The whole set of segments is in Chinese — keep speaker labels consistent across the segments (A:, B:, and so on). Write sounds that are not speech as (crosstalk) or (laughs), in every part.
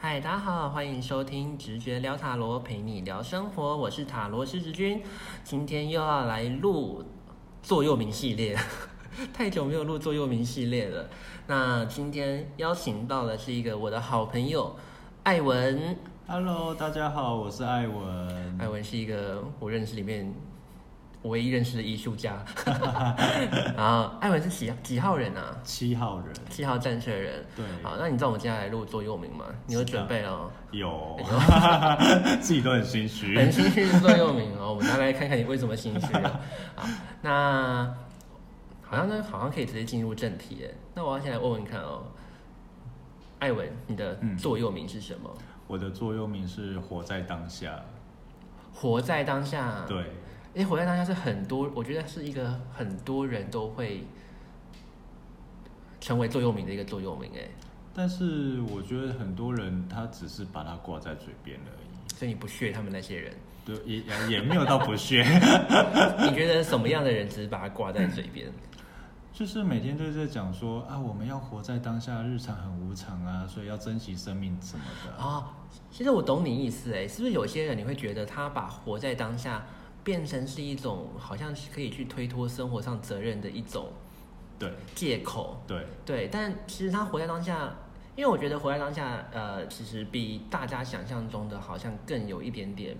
A: 嗨，大家好，欢迎收听《直觉聊塔罗》，陪你聊生活，我是塔罗师直君，今天又要来录座右铭系列， (laughs) 太久没有录座右铭系列了。那今天邀请到的是一个我的好朋友艾文，
B: Hello，大家好，我是艾文。
A: 艾文是一个我认识里面我唯一认识的艺术家。然后艾文是几几号人啊？
B: 七号人，
A: 七号战士的人。
B: 对，
A: 好，那你知道我们接下来录座右铭吗？你有准备哦？
B: 有，自己都很心虚。
A: 很心虚座右铭哦，我们大概看看你为什么心虚啊。好，那好像呢，好像可以直接进入正题耶。那我要先来问问看哦，艾文，你的
B: 嗯
A: 座右铭是什么？
B: 我的座右铭是活在当下。
A: 活在当下。，
B: 对，
A: 因为活在当下是很多，我觉得是一个很多人都会成为座右铭的一个座右铭哎。
B: 但是我觉得很多人他只是把它挂在嘴边而已，
A: 所以你不屑他们那些人？
B: 对，也也也没有到不屑，
A: 你觉得什么样的人只是把它挂在嘴边？
B: 就是每天都在讲说啊，我们要活在当下，日常很无常啊，所以要珍惜生命什么的啊。
A: 哦，其实我懂你意思哎，是不是有些人你会觉得他把活在当下变成是一种好像是可以去推脱生活上责任的一种
B: 对
A: 借口？
B: 对，
A: 对，但其实他活在当下，因为我觉得活在当下，呃，其实比大家想象中的好像更有一点点，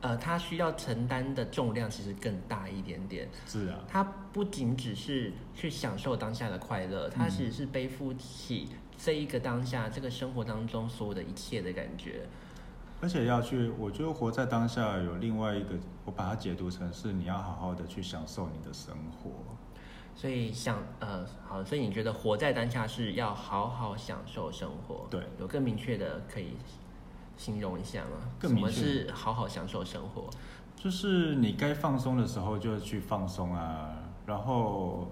A: 呃，他需要承担的重量其实更大一点点。
B: 是啊，
A: 他不仅只是去享受当下的快乐，他其实是背负起这一个当下、这个生活当中所有的一切的感觉。
B: 而且要去，我觉得活在当下有另外一个，我把它解读成是你要好好的去享受你的生活。
A: 所以想呃好，所以你觉得活在当下是要好好享受生活？
B: 对，
A: 有更明确的可以形容一下吗？
B: 更
A: 什么
B: 明确
A: 是好好享受生活？
B: 就是你该放松的时候就去放松啊，然后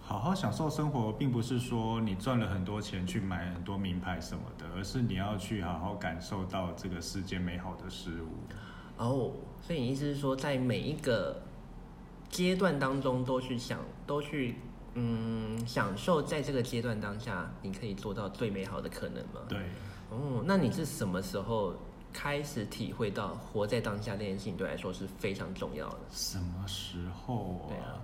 B: 好好享受生活，并不是说你赚了很多钱去买很多名牌什么的，而是你要去好好感受到这个世界美好的事物。
A: 哦，所以你意思是说，在每一个阶段当中都去想，都去嗯享受在这个阶段当下，你可以做到最美好的可能吗？
B: 对，
A: 哦，那你是什么时候开始体会到活在当下这件事情对来说是非常重要的？
B: 什么时候
A: 对
B: 啊
A: 啊？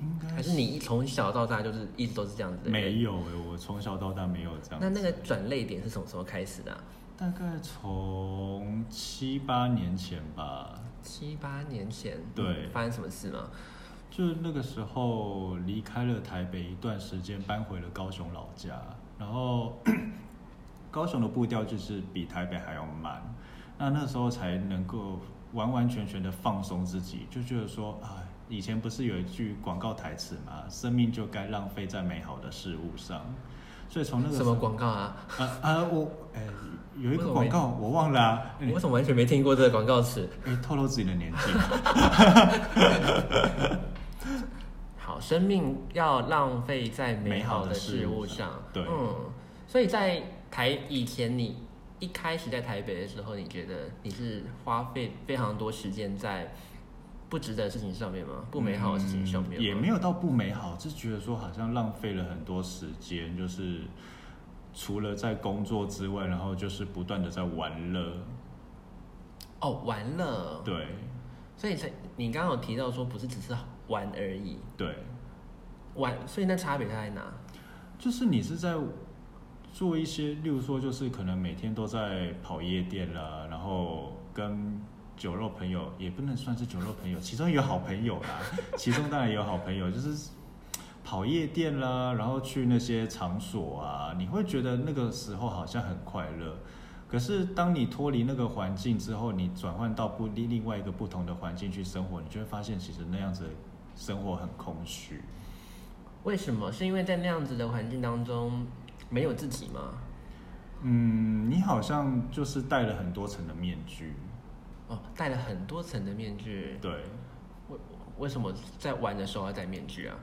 B: 应该
A: 还是你一从小到大就是一直都是这样子的人？
B: 没有欸我从小到大没有这样子欸。
A: 那那个转泪点是什么时候开始的啊、
B: 大概从七八年前吧，
A: 七八年前，嗯
B: 对
A: 发生什么事吗？
B: 就那个时候离开了台北一段时间，搬回了高雄老家，然后 (coughs) 高雄的步调就是比台北还要慢，那那时候才能够完完全全的放松自己，就觉得说，哎，以前不是有一句广告台词吗？生命就该浪费在美好的事物上，所以从那个
A: 什么
B: 时候
A: 广告啊？
B: 啊啊，我哎、有一
A: 我
B: 个
A: 怎么
B: 广
A: 没
B: 告我忘了啊，
A: 我怎么完全没听过这个广告词？
B: 哎，透露自己的年纪。
A: 好，生命要浪费在美好的事物
B: 美
A: 上
B: 好。的事物上对
A: 嗯，所以在台以前你一开始在台北的时候，你觉得你是花费非常多时间在不值得的事情上面吗？不美好的事情上面吗、
B: 嗯也没有到不美好，就觉得说好像浪费了很多时间，就是除了在工作之外，然后就是不断的在玩乐，
A: 哦，玩了。
B: 对
A: 所以才你刚刚有提到说，不是只是玩而已，
B: 对，
A: 玩，所以那差别在哪？
B: 就是你是在做一些，例如说就是可能每天都在跑夜店啦，然后跟。酒肉朋友也不能算是酒肉朋友，其中有好朋友啦， (laughs) 其中当然也有好朋友，就是跑夜店啦，然后去那些场所啊，你会觉得那个时候好像很快乐。可是当你脱离那个环境之后，你转换到不另另外一个不同的环境去生活，你就会发现其实那样子的生活很空虚。
A: 为什么？是因为在那样子的环境当中没有自己吗？
B: 嗯，你好像就是戴了很多层的面具，
A: 哦，戴了很多层的面具，
B: 对，
A: 为为什么在玩的时候要戴面具啊？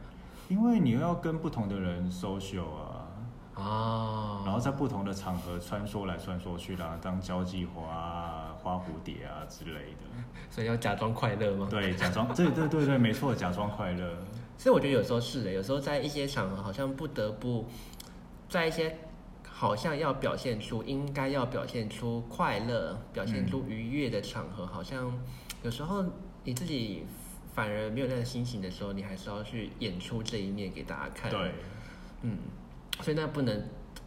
B: 因为你要跟不同的人 social 啊，
A: 哦，
B: 然后在不同的场合穿梭来穿梭去啦，当交际花啊、花蝴蝶啊之类的。
A: 所以要假装快乐吗？
B: 对，假装，对对对对，没错，假装快乐。
A: 所以我觉得有时候是的，有时候在一些场合好像不得不在一些好像要表现出应该要表现出快乐、表现
B: 嗯
A: 出愉悦的场合，好像有时候你自己反而没有那样的心情的时候，你还是要去演出这一面给大家看。
B: 对，
A: 嗯，所以那不能，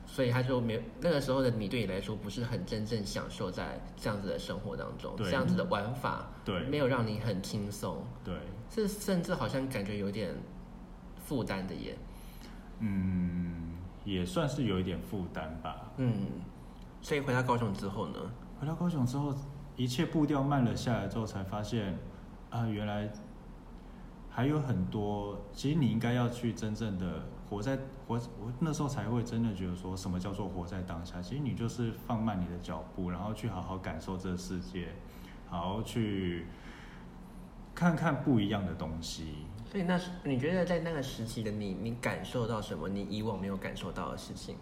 A: 所以他就没有那个时候的你对你来说不是很真正享受在这样子的生活当中，
B: 对
A: 这样子的玩法，
B: 对
A: 没有让你很轻松，
B: 对，
A: 这甚至好像感觉有点负担的耶，
B: 嗯，也算是有一点负担吧。
A: 嗯，所以回到高中之后呢，
B: 回到高雄之后，一切步调慢了下来之后，才发现啊，原来还有很多。其实你应该要去真正的活在活，我那时候才会真的觉得说什么叫做活在当下。其实你就是放慢你的脚步，然后去好好感受这个世界，好好去看看不一样的东西。
A: 所以那时你觉得在那个时期的你，你感受到什么？你以往没有感受到的事情？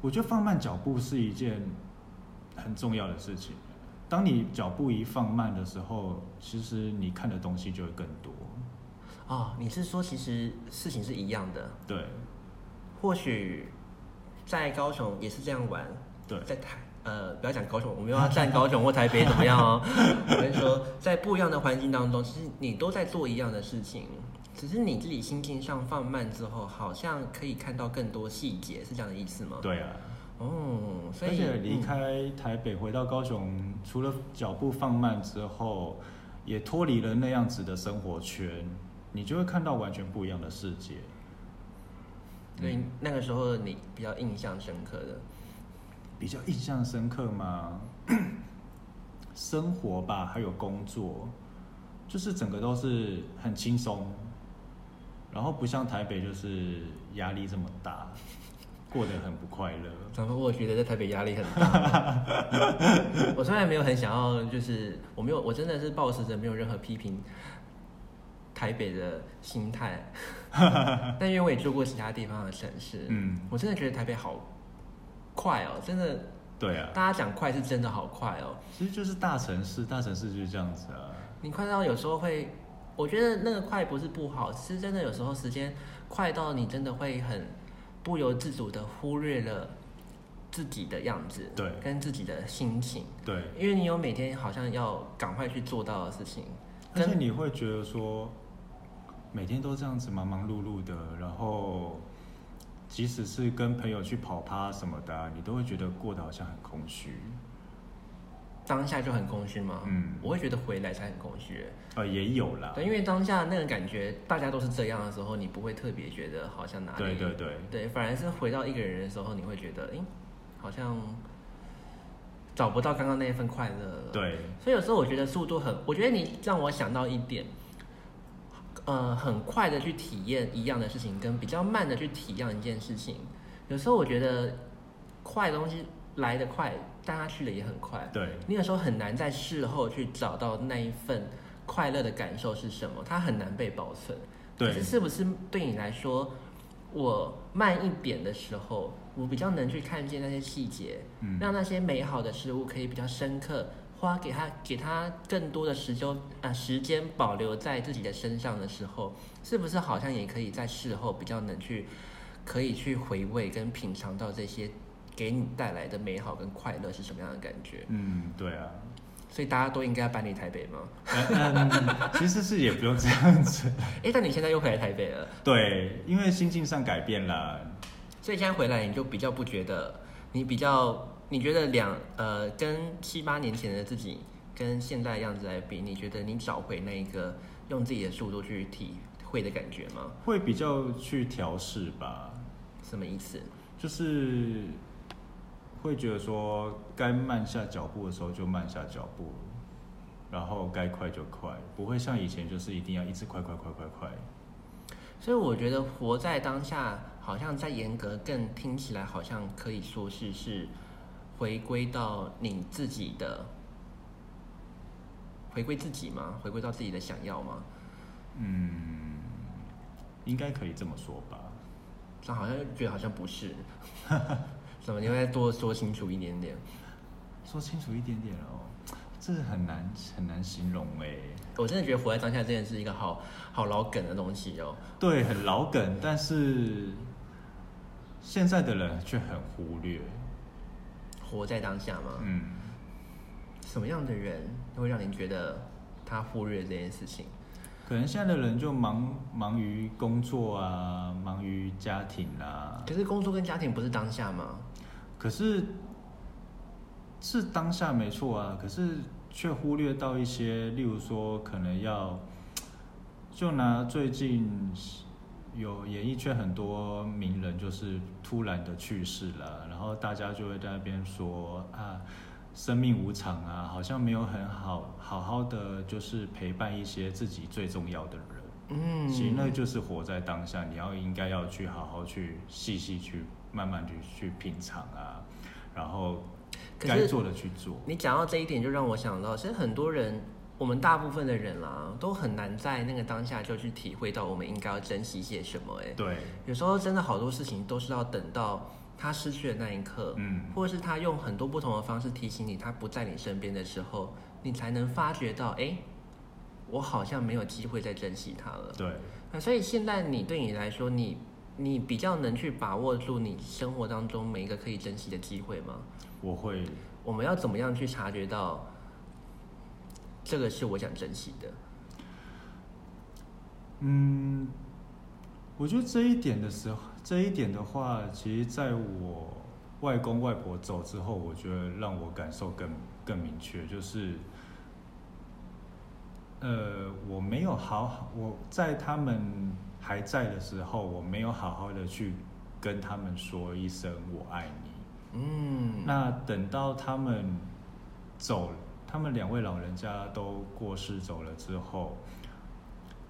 B: 我觉得放慢脚步是一件很重要的事情。当你脚步一放慢的时候，其实你看的东西就会更多。
A: 哦，你是说其实事情是一样的，
B: 对
A: 或许在高雄也是这样玩，
B: 对
A: 在台呃不要讲高雄，我们又要站高雄或台北怎么样哦？
B: (laughs)
A: 我跟你说，在不一样的环境当中，其实你都在做一样的事情，只是你自己心境上放慢之后，好像可以看到更多细节，是这样的意思吗？，
B: 对啊，
A: 哦，所
B: 而
A: 以
B: 且离
A: 嗯
B: 开台北回到高雄，除了脚步放慢之后，也脱离了那样子的生活圈，你就会看到完全不一样的世界。
A: 嗯
B: 嗯
A: 所以那个时候你比较印象深刻的，
B: 比较印象深刻吗？ (clears throat) 生活吧，还有工作，就是整个都是很轻松，然后不像台北就是压力这么大， (laughs) 过得很不快乐。
A: 然后我觉得在台北压力很大。我虽然没有很想要，就是我没有，我真的是抱持着没有任何批评台北的心态。但因为我也住过其他地方的城市，
B: 嗯，
A: 我真的觉得台北好快哦，真的，
B: 对啊，
A: 大家讲快是真的好快哦。
B: 其实就是大城市，大城市就是这样子啊。
A: 你快到有时候会，我觉得那个快不是不好，是真的有时候时间快到你真的会很不由自主的忽略了自己的样子，
B: 对
A: 跟自己的心情，
B: 对，
A: 因为你有每天好像要赶快去做到的事情，
B: 而且
A: 跟
B: 你会觉得说，每天都这样子忙忙碌碌的，然后即使是跟朋友去跑趴什么的啊、你都会觉得过得好像很空虚。
A: 当下就很空虚嘛。
B: 嗯，
A: 我会觉得回来才很空虚，
B: 呃，也有啦。
A: 对，因为当下那个感觉大家都是这样的时候，你不会特别觉得好像哪里嗯
B: 对对对
A: 对，反而是回到一个人的时候，你会觉得，诶，好像找不到刚刚那一份快乐了。，
B: 对，
A: 所以有时候我觉得速度很，我觉得你让我想到一点，呃，很快的去体验一样的事情，跟比较慢的去体验一件事情，有时候我觉得快的东西来得快，但它去的也很快。
B: 对，
A: 你有时候很难在事后去找到那一份快乐的感受是什么，它很难被保存。
B: 对
A: 可是是不是对你来说，我慢一点的时候，我比较能去看见那些细节，
B: 嗯，
A: 让那些美好的事物可以比较深刻，花给它给它更多的时间啊时间保留在自己的身上的时候，是不是好像也可以在事后比较能去可以去回味跟品尝到这些给你带来的美好跟快乐是什么样的感觉？
B: 嗯，对啊，
A: 所以大家都应该搬离台北吗？
B: 嗯，嗯
A: (laughs)
B: 其实是也不用这样子，
A: 哎，但你现在又回来台北了，
B: 对，因为心境上改变啦，
A: 所以现在回来你就比较不觉得，你比较你觉得两呃跟七八年前的自己跟现在的样子来比，你觉得你找回那一个用自己的速度去体会的感觉吗？
B: 会比较去调试吧，
A: 什么意思？
B: 就是会觉得说该慢下脚步的时候就慢下脚步，然后该快就快，不会像以前就是一定要一直快快快快快。
A: 所以我觉得活在当下，好像在严格更听起来好像可以说是是回归到你自己的，回归自己吗？回归到自己的想要吗？
B: 嗯，应该可以这么说吧。
A: 这好像又觉得好像不是， (laughs) 怎么你会再多说清楚一点点？
B: 说清楚一点点哦，这很难很难形容哎、
A: 我真的觉得活在当下这件事是一个好好老梗的东西哦。
B: 对，很老梗，但是现在的人却很忽略，
A: 活在当下吗？
B: 嗯，
A: 什么样的人会让您觉得他忽略这件事情？
B: 可能现在的人就忙忙于工作啊，忙于家庭啊，
A: 可是工作跟家庭不是当下吗？
B: 可是是当下没错啊，可是却忽略到一些，例如说可能要，就拿最近有演艺圈很多名人就是突然的去世了，然后大家就会在那边说啊。生命无常啊，好像没有很好好好的就是陪伴一些自己最重要的人。
A: 嗯，
B: 其实那就是活在当下，你要应该要去好好去细细去慢慢去去品尝啊，然后
A: 可是
B: 该做的去做。
A: 你讲到这一点，就让我想到，其实很多人，我们大部分的人啦，都很难在那个当下就去体会到我们应该要珍惜些什么、哎，
B: 对，
A: 有时候真的好多事情都是要等到他失去的那一刻，
B: 嗯，
A: 或者是他用很多不同的方式提醒你他不在你身边的时候，你才能发觉到，哎、我好像没有机会再珍惜他了。
B: 对，
A: 那所以现在你对你来说，你你比较能去把握住你生活当中每一个可以珍惜的机会吗？
B: 我会，
A: 我们要怎么样去察觉到这个是我想珍惜的？
B: 嗯，我觉得这一点的时候，这一点的话，其实在我外公外婆走之后，我觉得让我感受更更明确，就是，呃，我没有好好，我在他们还在的时候，我没有好好的去跟他们说一声我爱你。
A: 嗯，
B: 那等到他们走，他们两位老人家都过世走了之后，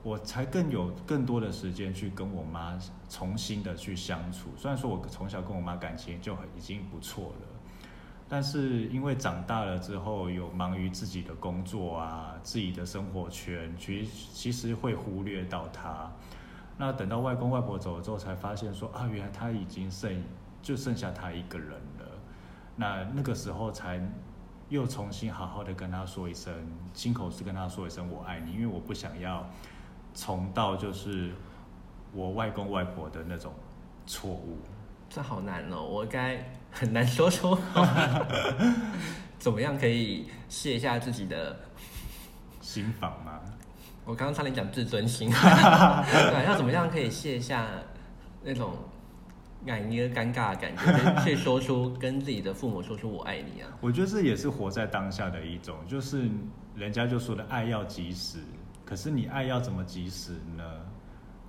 B: 我才更有更多的时间去跟我妈重新的去相处。虽然说我从小跟我妈感情就很已经不错了，但是因为长大了之后有忙于自己的工作啊，自己的生活圈，其实其实会忽略到她。那等到外公外婆走了之后，才发现说啊，原来她已经剩就剩下她一个人了。那那个时候才又重新好好的跟她说一声，亲口是跟她说一声我爱你，因为我不想要重到就是我外公外婆的那种错误。
A: 这好难哦，我该很难说出话 (laughs) 怎么样可以卸下自己的？
B: 心房嘛，
A: 我刚刚差点讲自尊
B: (laughs)
A: 心，对，要怎么样可以卸下那种感一个尴尬的感
B: (laughs)
A: 觉，去说出跟自己的父母说出我爱你啊？
B: 我觉得这也是活在当下的一种，就是人家就说的爱要及时，可是你爱要怎么及时呢？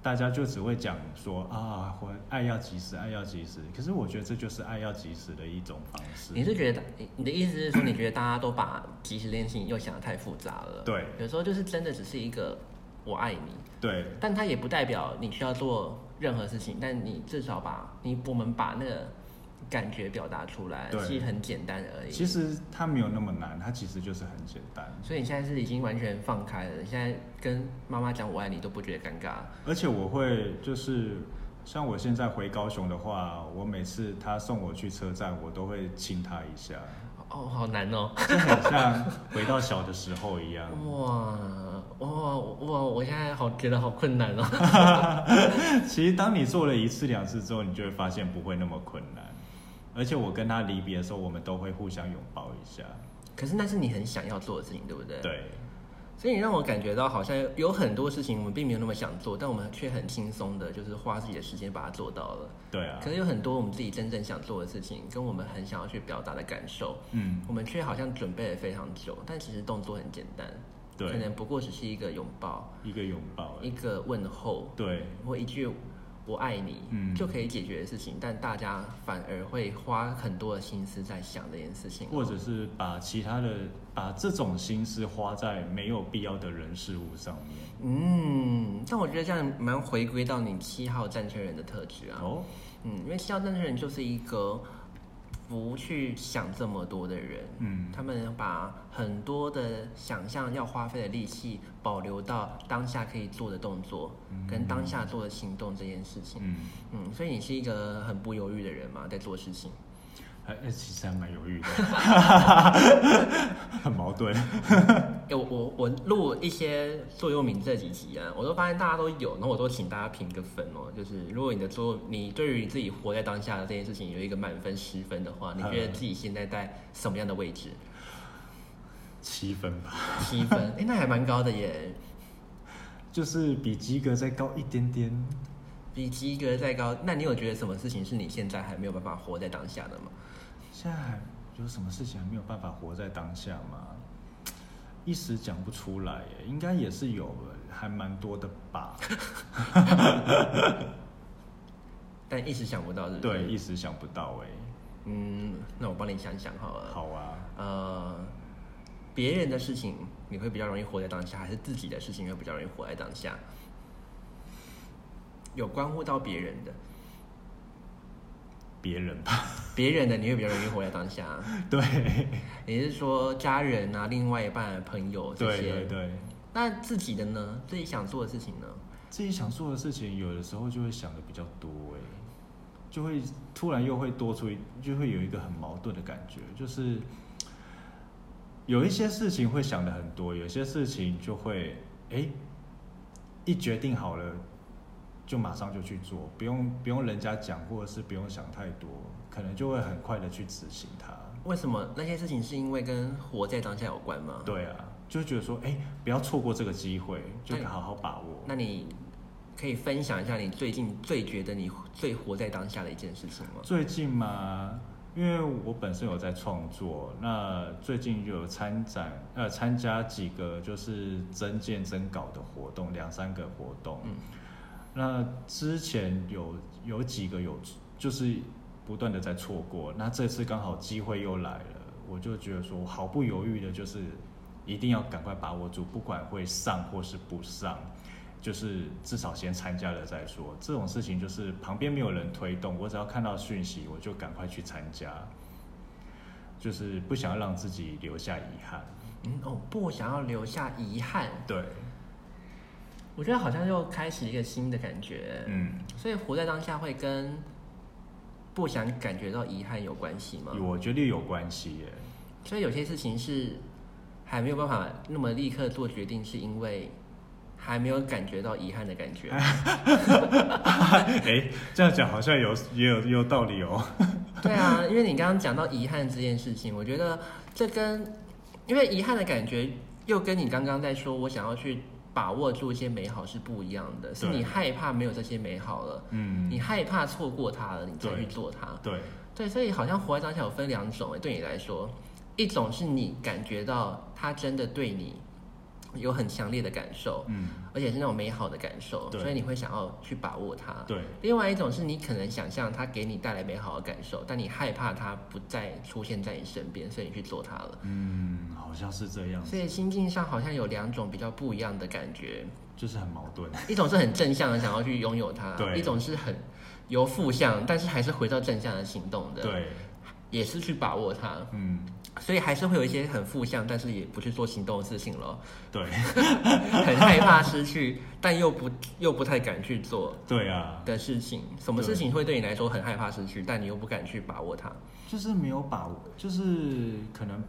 B: 大家就只会讲说啊，我爱要及时，爱要及时。可是我觉得这就是爱要及时的一种方式。
A: 你是觉得你你的意思是说，你觉得大家都把即时恋情又想得太复杂了？
B: 对
A: 有时候就是真的只是一个我爱你，
B: 对
A: 但它也不代表你需要做任何事情，但你至少把你我们把那个感觉表达出来，
B: 对
A: 其实很简单而已。
B: 其，实它没有那么难，它其实就是很简单。
A: 所以你现在是已经完全放开了，你现在跟妈妈讲我爱你都不觉得尴尬。
B: 而且我会就是，像我现在回高雄的话，我每次他送我去车站，我都会亲他一下，
A: 哦，好难哦！
B: 就很像回到小的时候
A: (laughs)
B: 一样。
A: 哇哇哇！我现在好觉得好困难哦。 (laughs)
B: 其实当你做了一次两次之后，你就会发现不会那么困难。而且我跟他离别的时候，我们都会互相拥抱一下。
A: 可是那是你很想要做的事情，对不对？。
B: 对，
A: 所以你让我感觉到，好像有很多事情我们并没有那么想做，但我们却很轻松的，就是花自己的时间把它做到了。
B: 对啊
A: 可，是有很多我们自己真正想做的事情，跟我们很想要去表达的感受，
B: 嗯，
A: 我们却好像准备了非常久，但其实动作很简单，可
B: 对，
A: 能不过只是一个拥抱、
B: 一个拥抱，
A: 一个问候
B: 对，
A: 或一句“我爱你”
B: 嗯
A: 就可以解决的事情，但大家反而会花很多的心思在想这件事情，
B: 或者是把其他的把这种心思花在没有必要的人事物上面。
A: 嗯，但我觉得这样蛮回归到你七号战车人的特质啊。
B: 哦，
A: 嗯，因为七号战车人就是一个不去想这么多的人，
B: 嗯，
A: 他们把很多的想象要花费的力气保留到当下可以做的动作，跟当下做的行动这件事情。
B: 嗯，
A: 嗯，所以你是一个很不犹豫的人嘛，在做事情。
B: 还哎其实还蛮犹豫的，很矛盾。
A: 欸、我我我录一些座右铭这几集啊，我都发现大家都有，然后我都请大家评个分哦。就是如果你的座右，你对于你自己活在当下的这件事情有一个满分十分的话，你觉得自己现在在什么样的位置？
B: 七分吧，
A: 七分，哎、那还蛮高的耶，
B: 就是比及格再高一点点。
A: 比及格再高。那你有觉得什么事情是你现在还没有办法活在当下的吗？
B: 现在还有什么事情还没有办法活在当下吗？一时讲不出来耶，应该也是有，还蛮多的吧。
A: 但一时想不到，是不是？
B: 对，，一时想不到哎。
A: 嗯，那我帮你想想好了。
B: 好啊，
A: 呃，别人的事情你会比较容易活在当下，还是自己的事情会比较容易活在当下？有关乎到别人的，
B: 别人吧。 (laughs)
A: 别人的你会比较容易活在当下。
B: 对，
A: 你是说家人啊、另外一半、朋友这
B: 对
A: 些？
B: 对对。
A: 那自己的呢？自己想做的事情呢？
B: 自己想做的事情，有的时候就会想的比较多哎，就会突然又会多出一，就会有一个很矛盾的感觉，就是有一些事情会想的很多，有些事情就会哎，一决定好了就马上就去做，不用不用人家讲，或者是不用想太多，可能就会很快的去执行它。
A: 为什么那些事情是因为跟活在当下有关吗？
B: 对啊，就会觉得说哎，不要错过这个机会，就
A: 那你
B: 好好把握。
A: 那你可以分享一下你最近最觉得你最活在当下的一件事情吗？
B: 最近嘛，因为我本身有在创作，那最近就有参展呃参加几个就是增建增稿的活动，两三个活动。
A: 嗯
B: 那之前有有几个有就是不断的在错过，那这次刚好机会又来了，我就觉得说我毫不犹豫的，就是一定要赶快把握住，不管会上或是不上。就是至少先参加了再说。这种事情就是旁边没有人推动，我只要看到讯息，我就赶快去参加，就是不想要让自己留下遗憾。
A: 嗯哦，不想要留下遗憾。
B: 对，
A: 我觉得好像又开始一个新的感觉，
B: 嗯，
A: 所以活在当下会跟不想感觉到遗憾有关系吗？
B: 我觉得有关系耶。
A: 所以有些事情是还没有办法那么立刻做决定，是因为还没有感觉到遗憾的
B: (laughs)
A: 感觉。
B: 哎，这样讲好像有也有也有道理哦。
A: 对啊，因为你刚刚讲到遗憾这件事情，我觉得这跟因为遗憾的感觉又跟你刚刚在说我想要去把握住一些美好是不一样的，是
B: 对
A: 你害怕没有这些美好了，
B: 嗯
A: 你，害怕错过它了，你才去
B: 对
A: 做它。
B: 对，
A: 对，所以好像活在当下有分两种诶，对你来说，一种是你感觉到他真的对你有很强烈的感受，
B: 嗯，
A: 而且是那种美好的感受，
B: 对
A: 所以你会想要去把握它。
B: 对，
A: 另外一种是你可能想象它给你带来美好的感受，但你害怕它不再出现在你身边，所以你去做它了。
B: 嗯，好像是这样，
A: 所以心境上好像有两种比较不一样的感觉，
B: 就是很矛盾。
A: 一种是很正向的想要去拥有它，
B: 对
A: 一种是很由负向，但是还是回到正向的行动的，
B: 对，
A: 也是去把握它。
B: 嗯，
A: 所以还是会有一些很负向，但是也不去做行动的事情咯， (laughs)
B: 对， (laughs)
A: 很害怕失去，但又不又不太敢去做
B: 对啊。
A: 的事情。什么事情会对你来说很害怕失去，但你又不敢去把握它？
B: 就是没有把握，就是可能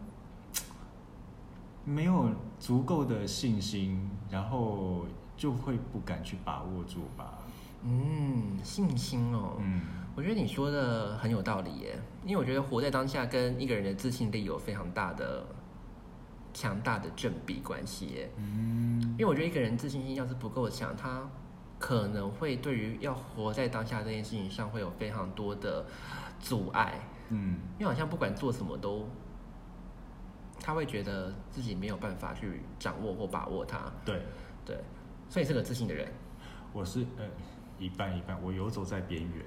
B: 没有足够的信心，然后就会不敢去把握住吧。
A: 嗯，信心哦，
B: 嗯，
A: 我觉得你说的很有道理耶，因为我觉得活在当下跟一个人的自信力有非常大的、强大的正比关系耶。
B: 嗯，
A: 因为我觉得一个人自信心要是不够强，他可能会对于要活在当下这件事情上会有非常多的阻碍，
B: 嗯，
A: 因为好像不管做什么都，他会觉得自己没有办法去掌握或把握它。
B: 对，
A: 对，所以是个自信的人，
B: 我是呃一半一半，我游走在边缘。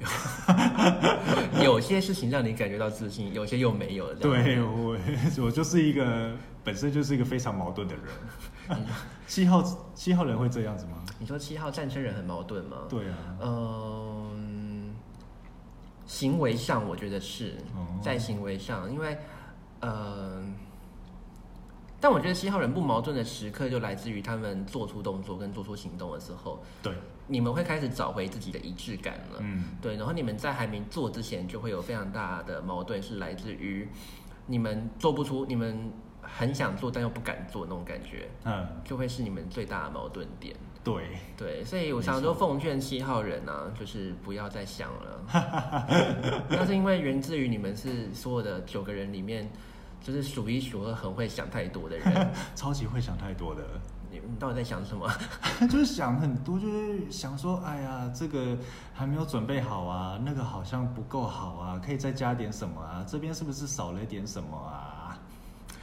A: 有些事情让你感觉到自信，有些又没有。这样
B: 对我，我就是一个本身就是一个非常矛盾的人。七号七号人会这样子吗？
A: 你说七号战车人很矛盾吗？
B: 对啊，
A: 嗯，行为上我觉得是
B: 哦
A: 在行为上，因为呃，但我觉得七号人不矛盾的时刻就来自于他们做出动作跟做出行动的时候，
B: 对，
A: 你们会开始找回自己的一致感了。
B: 嗯，
A: 对，然后你们在还没做之前，就会有非常大的矛盾，是来自于你们做不出，你们很想做但又不敢做那种感觉，
B: 嗯，
A: 就会是你们最大的矛盾点。
B: 对， (laughs)
A: 对，所以我常常
B: 没错
A: 都奉劝七号人啊，就是不要再想
B: (laughs)
A: 了。嗯那是因为源自于你们是所有的九个人里面，就是数一数二很会想太多的
B: (laughs)
A: 人。
B: 超级会想太多的， (laughs)
A: 你你到底在想什么？ (laughs)
B: 就是想很多，就是想说，哎呀，这个还没有准备好啊，那个好像不够好啊，可以再加点什么啊，这边是不是少了一点什么啊？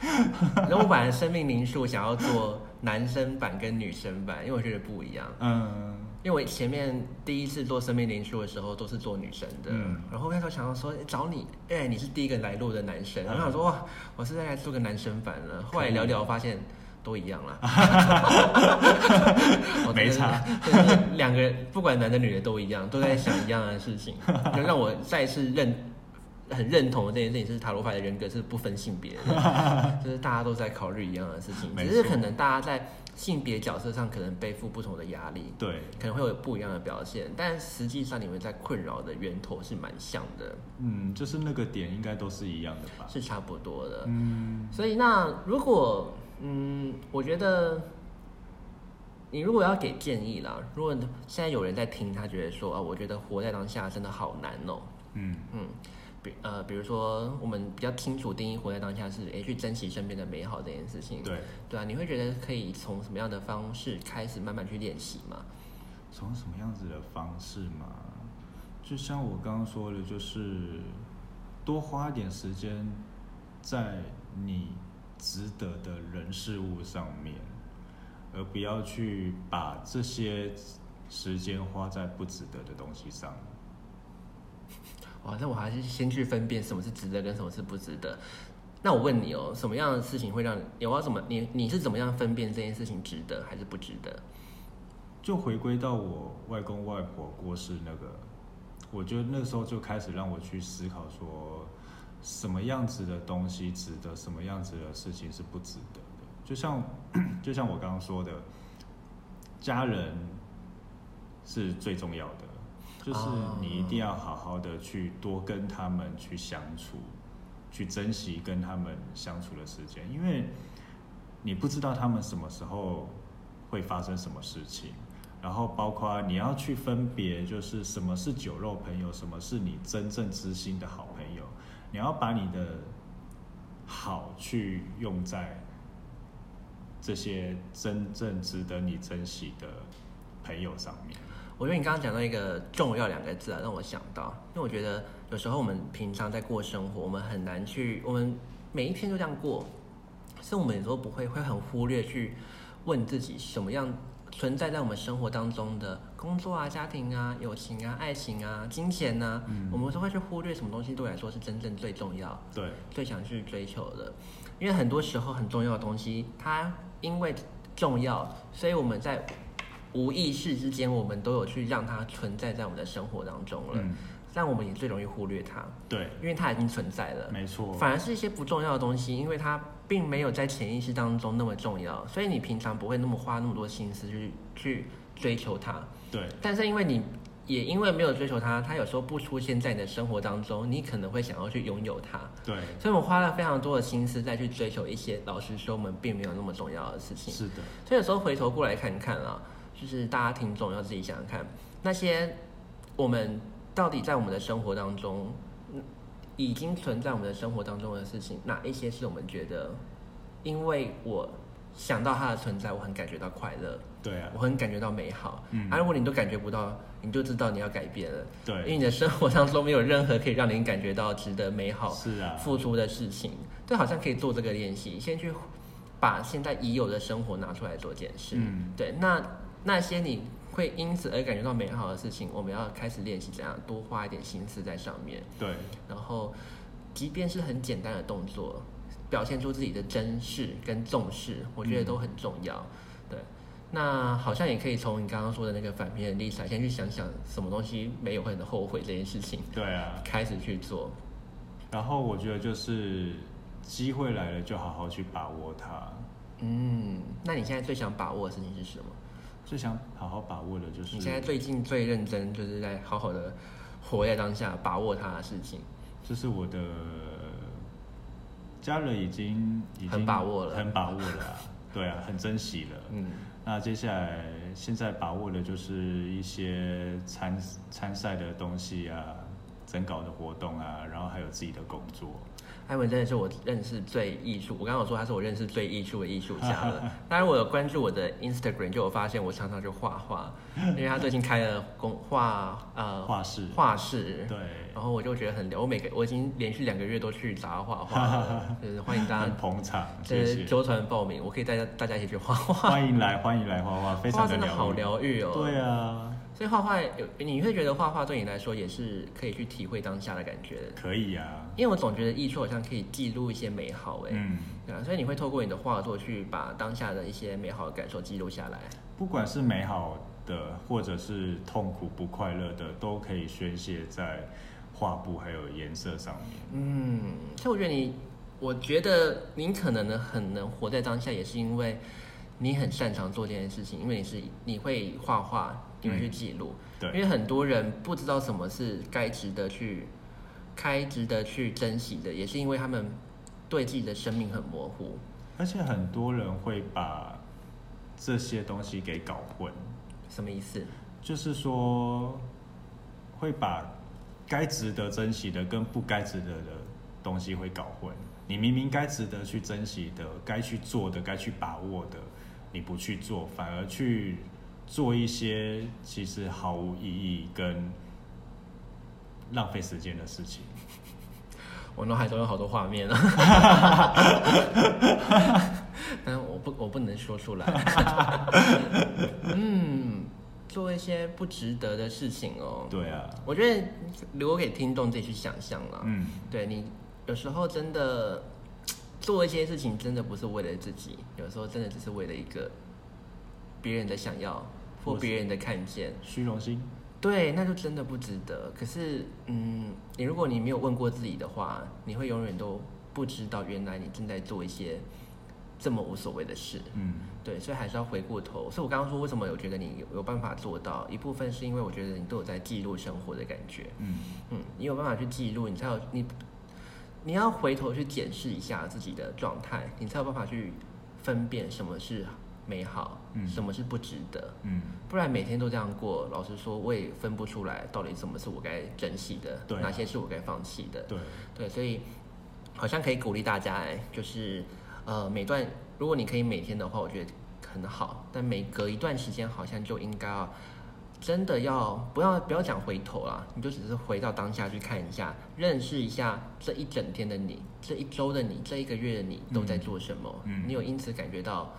A: 然后我本来生命灵数想要做男生版跟女生版，因为我觉得不一样。
B: 嗯，
A: 因为我前面第一次做生命灵数的时候都是做女生的，
B: 嗯
A: 然后那时候想要说诶找你，哎、你是第一个来录的男生，
B: 嗯
A: 然后想说哇，我是在来做个男生版了。后来聊聊发现都一样
B: (laughs)
A: 啦，我真的
B: 没差，
A: 真的是两个人不管男的女的都一样，都在想一样的事
B: (laughs)
A: 情，就让我再次认。很认同这件事情，是塔罗牌的人格是不分性别
B: (laughs)
A: 的，就是大家都在考虑一样的事情，
B: 没
A: 只是
B: 错
A: 可能大家在性别角色上可能背负不同的压力，
B: 对，
A: 可能会有不一样的表现，但实际上你们在困扰的源头是蛮像的，
B: 嗯，就是那个点应该都是一样的吧？
A: 是差不多的。
B: 嗯，
A: 所以那如果嗯，我觉得你如果要给建议啦，如果现在有人在听，他觉得说啊，我觉得活在当下真的好难哦、
B: 嗯，
A: 嗯，比呃，比如说我们比较清楚定义活在当下是诶、去珍惜身边的美好这件事情，
B: 对，
A: 对啊，你会觉得可以从什么样的方式开始慢慢去练习吗？
B: 从什么样子的方式嘛？就像我刚刚说的，就是多花一点时间在你值得的人事物上面，而不要去把这些时间花在不值得的东西上。
A: 哦哇，那我还是先去分辨什么是值得跟什么是不值得。那我问你哦，什么样的事情会让你？有要怎么？你你是怎么样分辨这件事情值得还是不值得？
B: 就回归到我外公外婆过世那个，我觉得那时候就开始让我去思考说，什么样子的东西值得，什么样子的事情是不值得的。就像 (clears throat) 就像我刚刚说的，家人是最重要的，就是
A: 啊
B: 你一定要好好的去多跟他们去相处，去珍惜跟他们相处的时间，因为你不知道他们什么时候会发生什么事情。然后包括你要去分别，就是什么是酒肉朋友，什么是你真正知心的好朋友。你要把你的好去用在这些真正值得你珍惜的朋友上面。
A: 我觉得你刚刚讲到一个“重要”两个字啊，让我想到，因为我觉得有时候我们平常在过生活，我们很难去，我们每一天就这样过，所以我们有时候不会会很忽略去问自己什么样存在在我们生活当中的工作啊、家庭啊、友情啊、爱情啊、金钱啊，
B: 嗯
A: 我们都会去忽略什么东西对我来说是真正最重要。
B: 对，
A: 最想去追求的，因为很多时候很重要的东西，它因为重要，所以我们在无意识之间，我们都有去让它存在在我们的生活当中了，
B: 嗯，
A: 但我们也最容易忽略它，
B: 对，
A: 因为它已经存在了。
B: 没错，
A: 反而是一些不重要的东西，因为它并没有在潜意识当中那么重要，所以你平常不会那么花那么多心思去去追求它。
B: 对，
A: 但是因为你也因为没有追求它，它有时候不出现在你的生活当中，你可能会想要去拥有它。
B: 对，
A: 所以我们花了非常多的心思再去追求一些老实说我们并没有那么重要的事情。
B: 是的，
A: 所以有时候回头过来看看啊，就是大家听众要自己想想看，那些我们到底在我们的生活当中，嗯已经存在我们的生活当中的事情，哪一些是我们觉得，因为我想到它的存在，我很感觉到快乐，
B: 对啊
A: 我，很感觉到美好。
B: 嗯
A: 啊，如果你都感觉不到，你就知道你要改变了，因为
B: 对，
A: 你的生活当中没有任何可以让你感觉到值得美好
B: 是啊，
A: 付出的事情，对，好像可以做这个练习，先去把现在已有的生活拿出来做检视。
B: 嗯
A: 对，那那些你会因此而感觉到美好的事情，我们要开始练习怎样多花一点心思在上面，
B: 对，
A: 然后即便是很简单的动作，表现出自己的珍视跟重视，我觉得都很重要。对，那好像也可以从你刚刚说的那个反面的例子来，先去想想什么东西没有会很后悔这件事情，
B: 对啊。
A: 开始去做。
B: 然后我觉得就是机会来了就好好去把握它。
A: 嗯，那你现在最想把握的事情是什么？
B: 最想好好把握的就是
A: 你现在最近最认真，就是在好好的活在当下，把握它的事情。
B: 就是我的家人已经已经
A: 很把握了
B: 很把握了
A: (laughs)
B: 啊、对啊，很珍惜了。
A: 嗯，
B: 那接下来现在把握的就是一些参参赛的东西啊，征稿的活动啊，然后还有自己的工作。
A: 艾文真的是我认识最艺术，我刚刚有说他是我认识最艺术的艺术家
B: (laughs)
A: 了。当然，我有关注我的 Instagram，就有发现我常常就画画，因为他最近开了工画呃
B: 画室，
A: 画室，
B: 对，
A: 然后我就觉得很我每个我已经连续两个月都去找他画画
B: (laughs)
A: 了，就是欢迎大
B: 很
A: 家
B: 捧场，
A: 就
B: 谢
A: 是
B: 谢，
A: 纠团报名，我可以带大家一起去画画，
B: (laughs) 欢迎来，欢迎来画画，非
A: 画画
B: 常
A: 真
B: 的
A: 的好
B: 疗愈。
A: 疗愈哦。
B: 对啊，
A: 所以画画有，你会觉得画画对你来说也是可以去体会当下的感觉的，
B: 可以啊，
A: 因为我总觉得艺术好像可以记录一些美好，哎、
B: 嗯。
A: 对啊，所以你会透过你的画作去把当下的一些美好的感受记录下来。
B: 不管是美好的，或者是痛苦不快乐的，都可以宣泄在画布还有颜色上面。
A: 嗯，所以我觉得你，我觉得您可能呢很能活在当下，也是因为你很擅长做这件事情，因为你是你会画画，你会去记录。因
B: 对，
A: 为很多人不知道什么是该值得去该值得去珍惜的，也是因为他们对自己的生命很模糊。
B: 而且很多人会把这些东西给搞混，
A: 什么意思？
B: 就是说会把该值得珍惜的跟不该值得的东西会搞混。你明明该值得去珍惜的、该去做的、该去把握的，你不去做，反而去做一些其实毫无意义跟浪费时间的事情。
A: 我脑海中有好多画面
B: (laughs)
A: 啊，但我不我不能说出来。
B: (laughs)
A: 嗯，做一些不值得的事情哦。
B: 对啊，
A: 我觉得留给听众自己去想象啦。
B: 嗯，
A: 对你有时候真的做一些事情，真的不是为了自己，有时候真的只是为了一个别人的想要或
B: 或是
A: 别人的看见。
B: 虚荣心，
A: 对，那就真的不值得。可是，嗯，你如果你没有问过自己的话，你会永远都不知道，原来你正在做一些这么无所谓的事。
B: 嗯，
A: 对，所以还是要回过头。所以我刚刚说，为什么有觉得你有有办法做到，一部分是因为我觉得你都有在记录生活的感觉。
B: 嗯，
A: 嗯，你有办法去记录，你才有你，你要回头去检视一下自己的状态，你才有办法去分辨什么是美好，
B: 嗯
A: 什么是不值得。
B: 嗯，
A: 不然每天都这样过，老实说，我也分不出来到底什么是我该珍惜的，
B: 对啊
A: 哪些是我该放弃的。
B: 对，
A: 对，所以好像可以鼓励大家，哎，就是呃，每段如果你可以每天的话，我觉得很好。但每隔一段时间，好像就应该要真的要不要不要讲回头啦，你就只是回到当下去看一下，认识一下这一整天的你，这一周的你，这一个月的你都在做什么。
B: 嗯
A: 你有因此感觉到。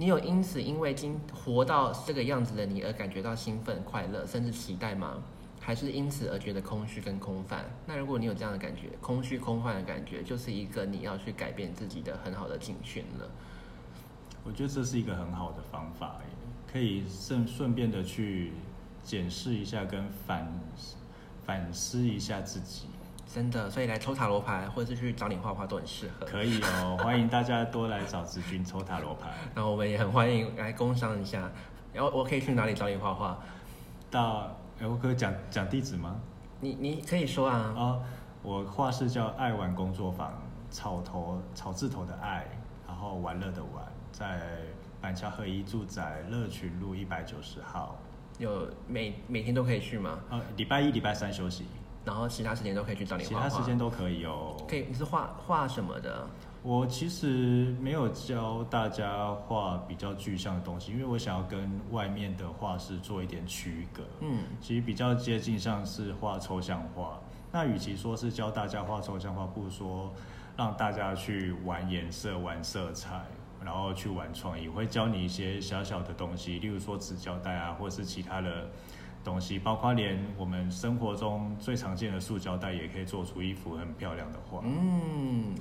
A: 你有因此因为今活到这个样子的你而感觉到兴奋、快乐，甚至期待吗？还是因此而觉得空虚跟空泛？那如果你有这样的感觉，空虚空泛的感觉，就是一个你要去改变自己的很好的警讯了。
B: 我觉得这是一个很好的方法耶，可以顺顺便的去检视一下跟反反思一下自己，
A: 真的，所以来抽塔罗牌，或者是去找你画画都很适合。
B: 可以哦，欢迎大家多来找子君抽塔罗牌，
A: 那我们也很欢迎来工商一下，然后我可以去哪里找你画画？
B: 到哎，我可以讲讲地址吗？
A: 你你可以说啊，
B: 哦，我画室叫爱玩工作坊，草头草字头的爱，然后玩乐的玩，在板桥合一住宅乐群路一百九十号，
A: 有每每天都可以去吗？
B: 呃，礼拜一礼拜三休息，
A: 然后其他时间都可以去找你
B: 其
A: 画画。
B: 他时间都可以哦。
A: 可以，你是画画什么的？
B: 我其实没有教大家画比较具象的东西，因为我想要跟外面的画室做一点区隔。
A: 嗯，
B: 其实比较接近像是画抽象画。那与其说是教大家画抽象画，不如说让大家去玩颜色、玩色彩，然后去玩创意。我会教你一些小小的东西，例如说纸胶带啊，或是其他的东西，包括连我们生活中最常见的塑胶袋，也可以做出一幅很漂亮的画。
A: 嗯，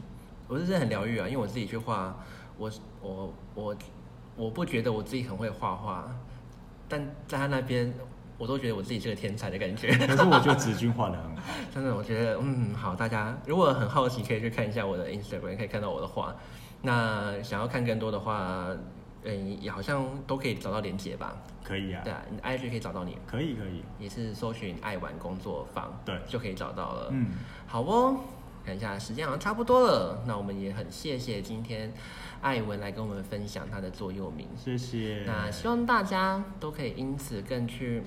A: 我是真的很疗愈啊，因为我自己去画，我我我我不觉得我自己很会画画，但在他那边，我都觉得我自己是个天才的感觉。 (laughs)
B: 可是我觉得子君画的很好，
A: 真的，我觉得嗯，好，大家如果很好奇，可以去看一下我的 Instagram，可以看到我的画。那想要看更多的话，嗯，也好像都可以找到连接吧？
B: 可以啊
A: 对，啊，你 IG 可以找到你，
B: 可以可以，
A: 也是搜寻“爱玩工作坊”，
B: 对
A: 就可以找到了。
B: 嗯，
A: 好哦，看一下时间好像差不多了，那我们也很谢谢今天艾文来跟我们分享他的座右铭。
B: 谢谢。
A: 那希望大家都可以因此更去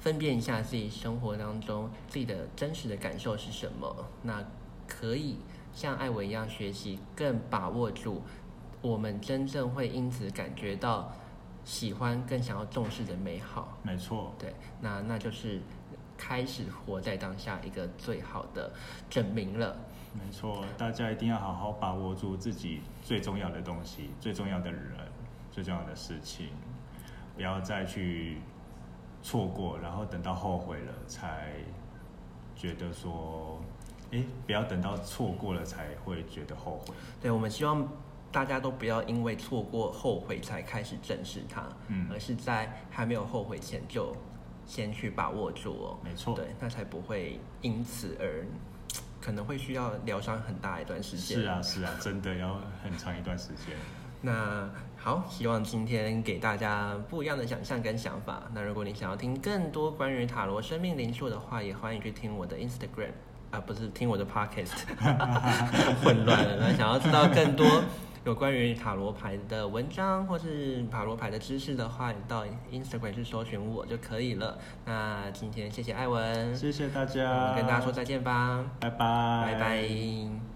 A: 分辨一下自己生活当中自己的真实的感受是什么。那可以像艾文一样学习，更把握住我们真正会因此感觉到喜欢、更想要重视的美好。
B: 没错，
A: 对，那那就是开始活在当下一个最好的证明了。
B: 没错，大家一定要好好把握住自己最重要的东西、最重要的人、最重要的事情，不要再去错过，然后等到后悔了才觉得说，哎、不要等到错过了才会觉得后悔。
A: 对，我们希望大家都不要因为错过后悔才开始正视它，
B: 嗯
A: 而是在还没有后悔前就先去把握住哦。
B: 没错
A: 对，那才不会因此而可能会需要疗伤很大一段时间。
B: 是啊，是啊，真的要很长一段时
A: (laughs)
B: 间。
A: 那好，希望今天给大家不一样的想象跟想法。那如果你想要听更多关于塔罗生命灵数的话，也欢迎去听我的 Instagram 啊，不是听我的 Podcast，混乱了。那想要知道更多有关于塔罗牌的文章或是塔罗牌的知识的话，你到 Instagram 去搜寻我就可以了。那今天谢谢艾文，
B: 谢谢大啊
A: 我
B: 家，
A: 们跟大家说再见吧，
B: 拜拜，
A: 拜拜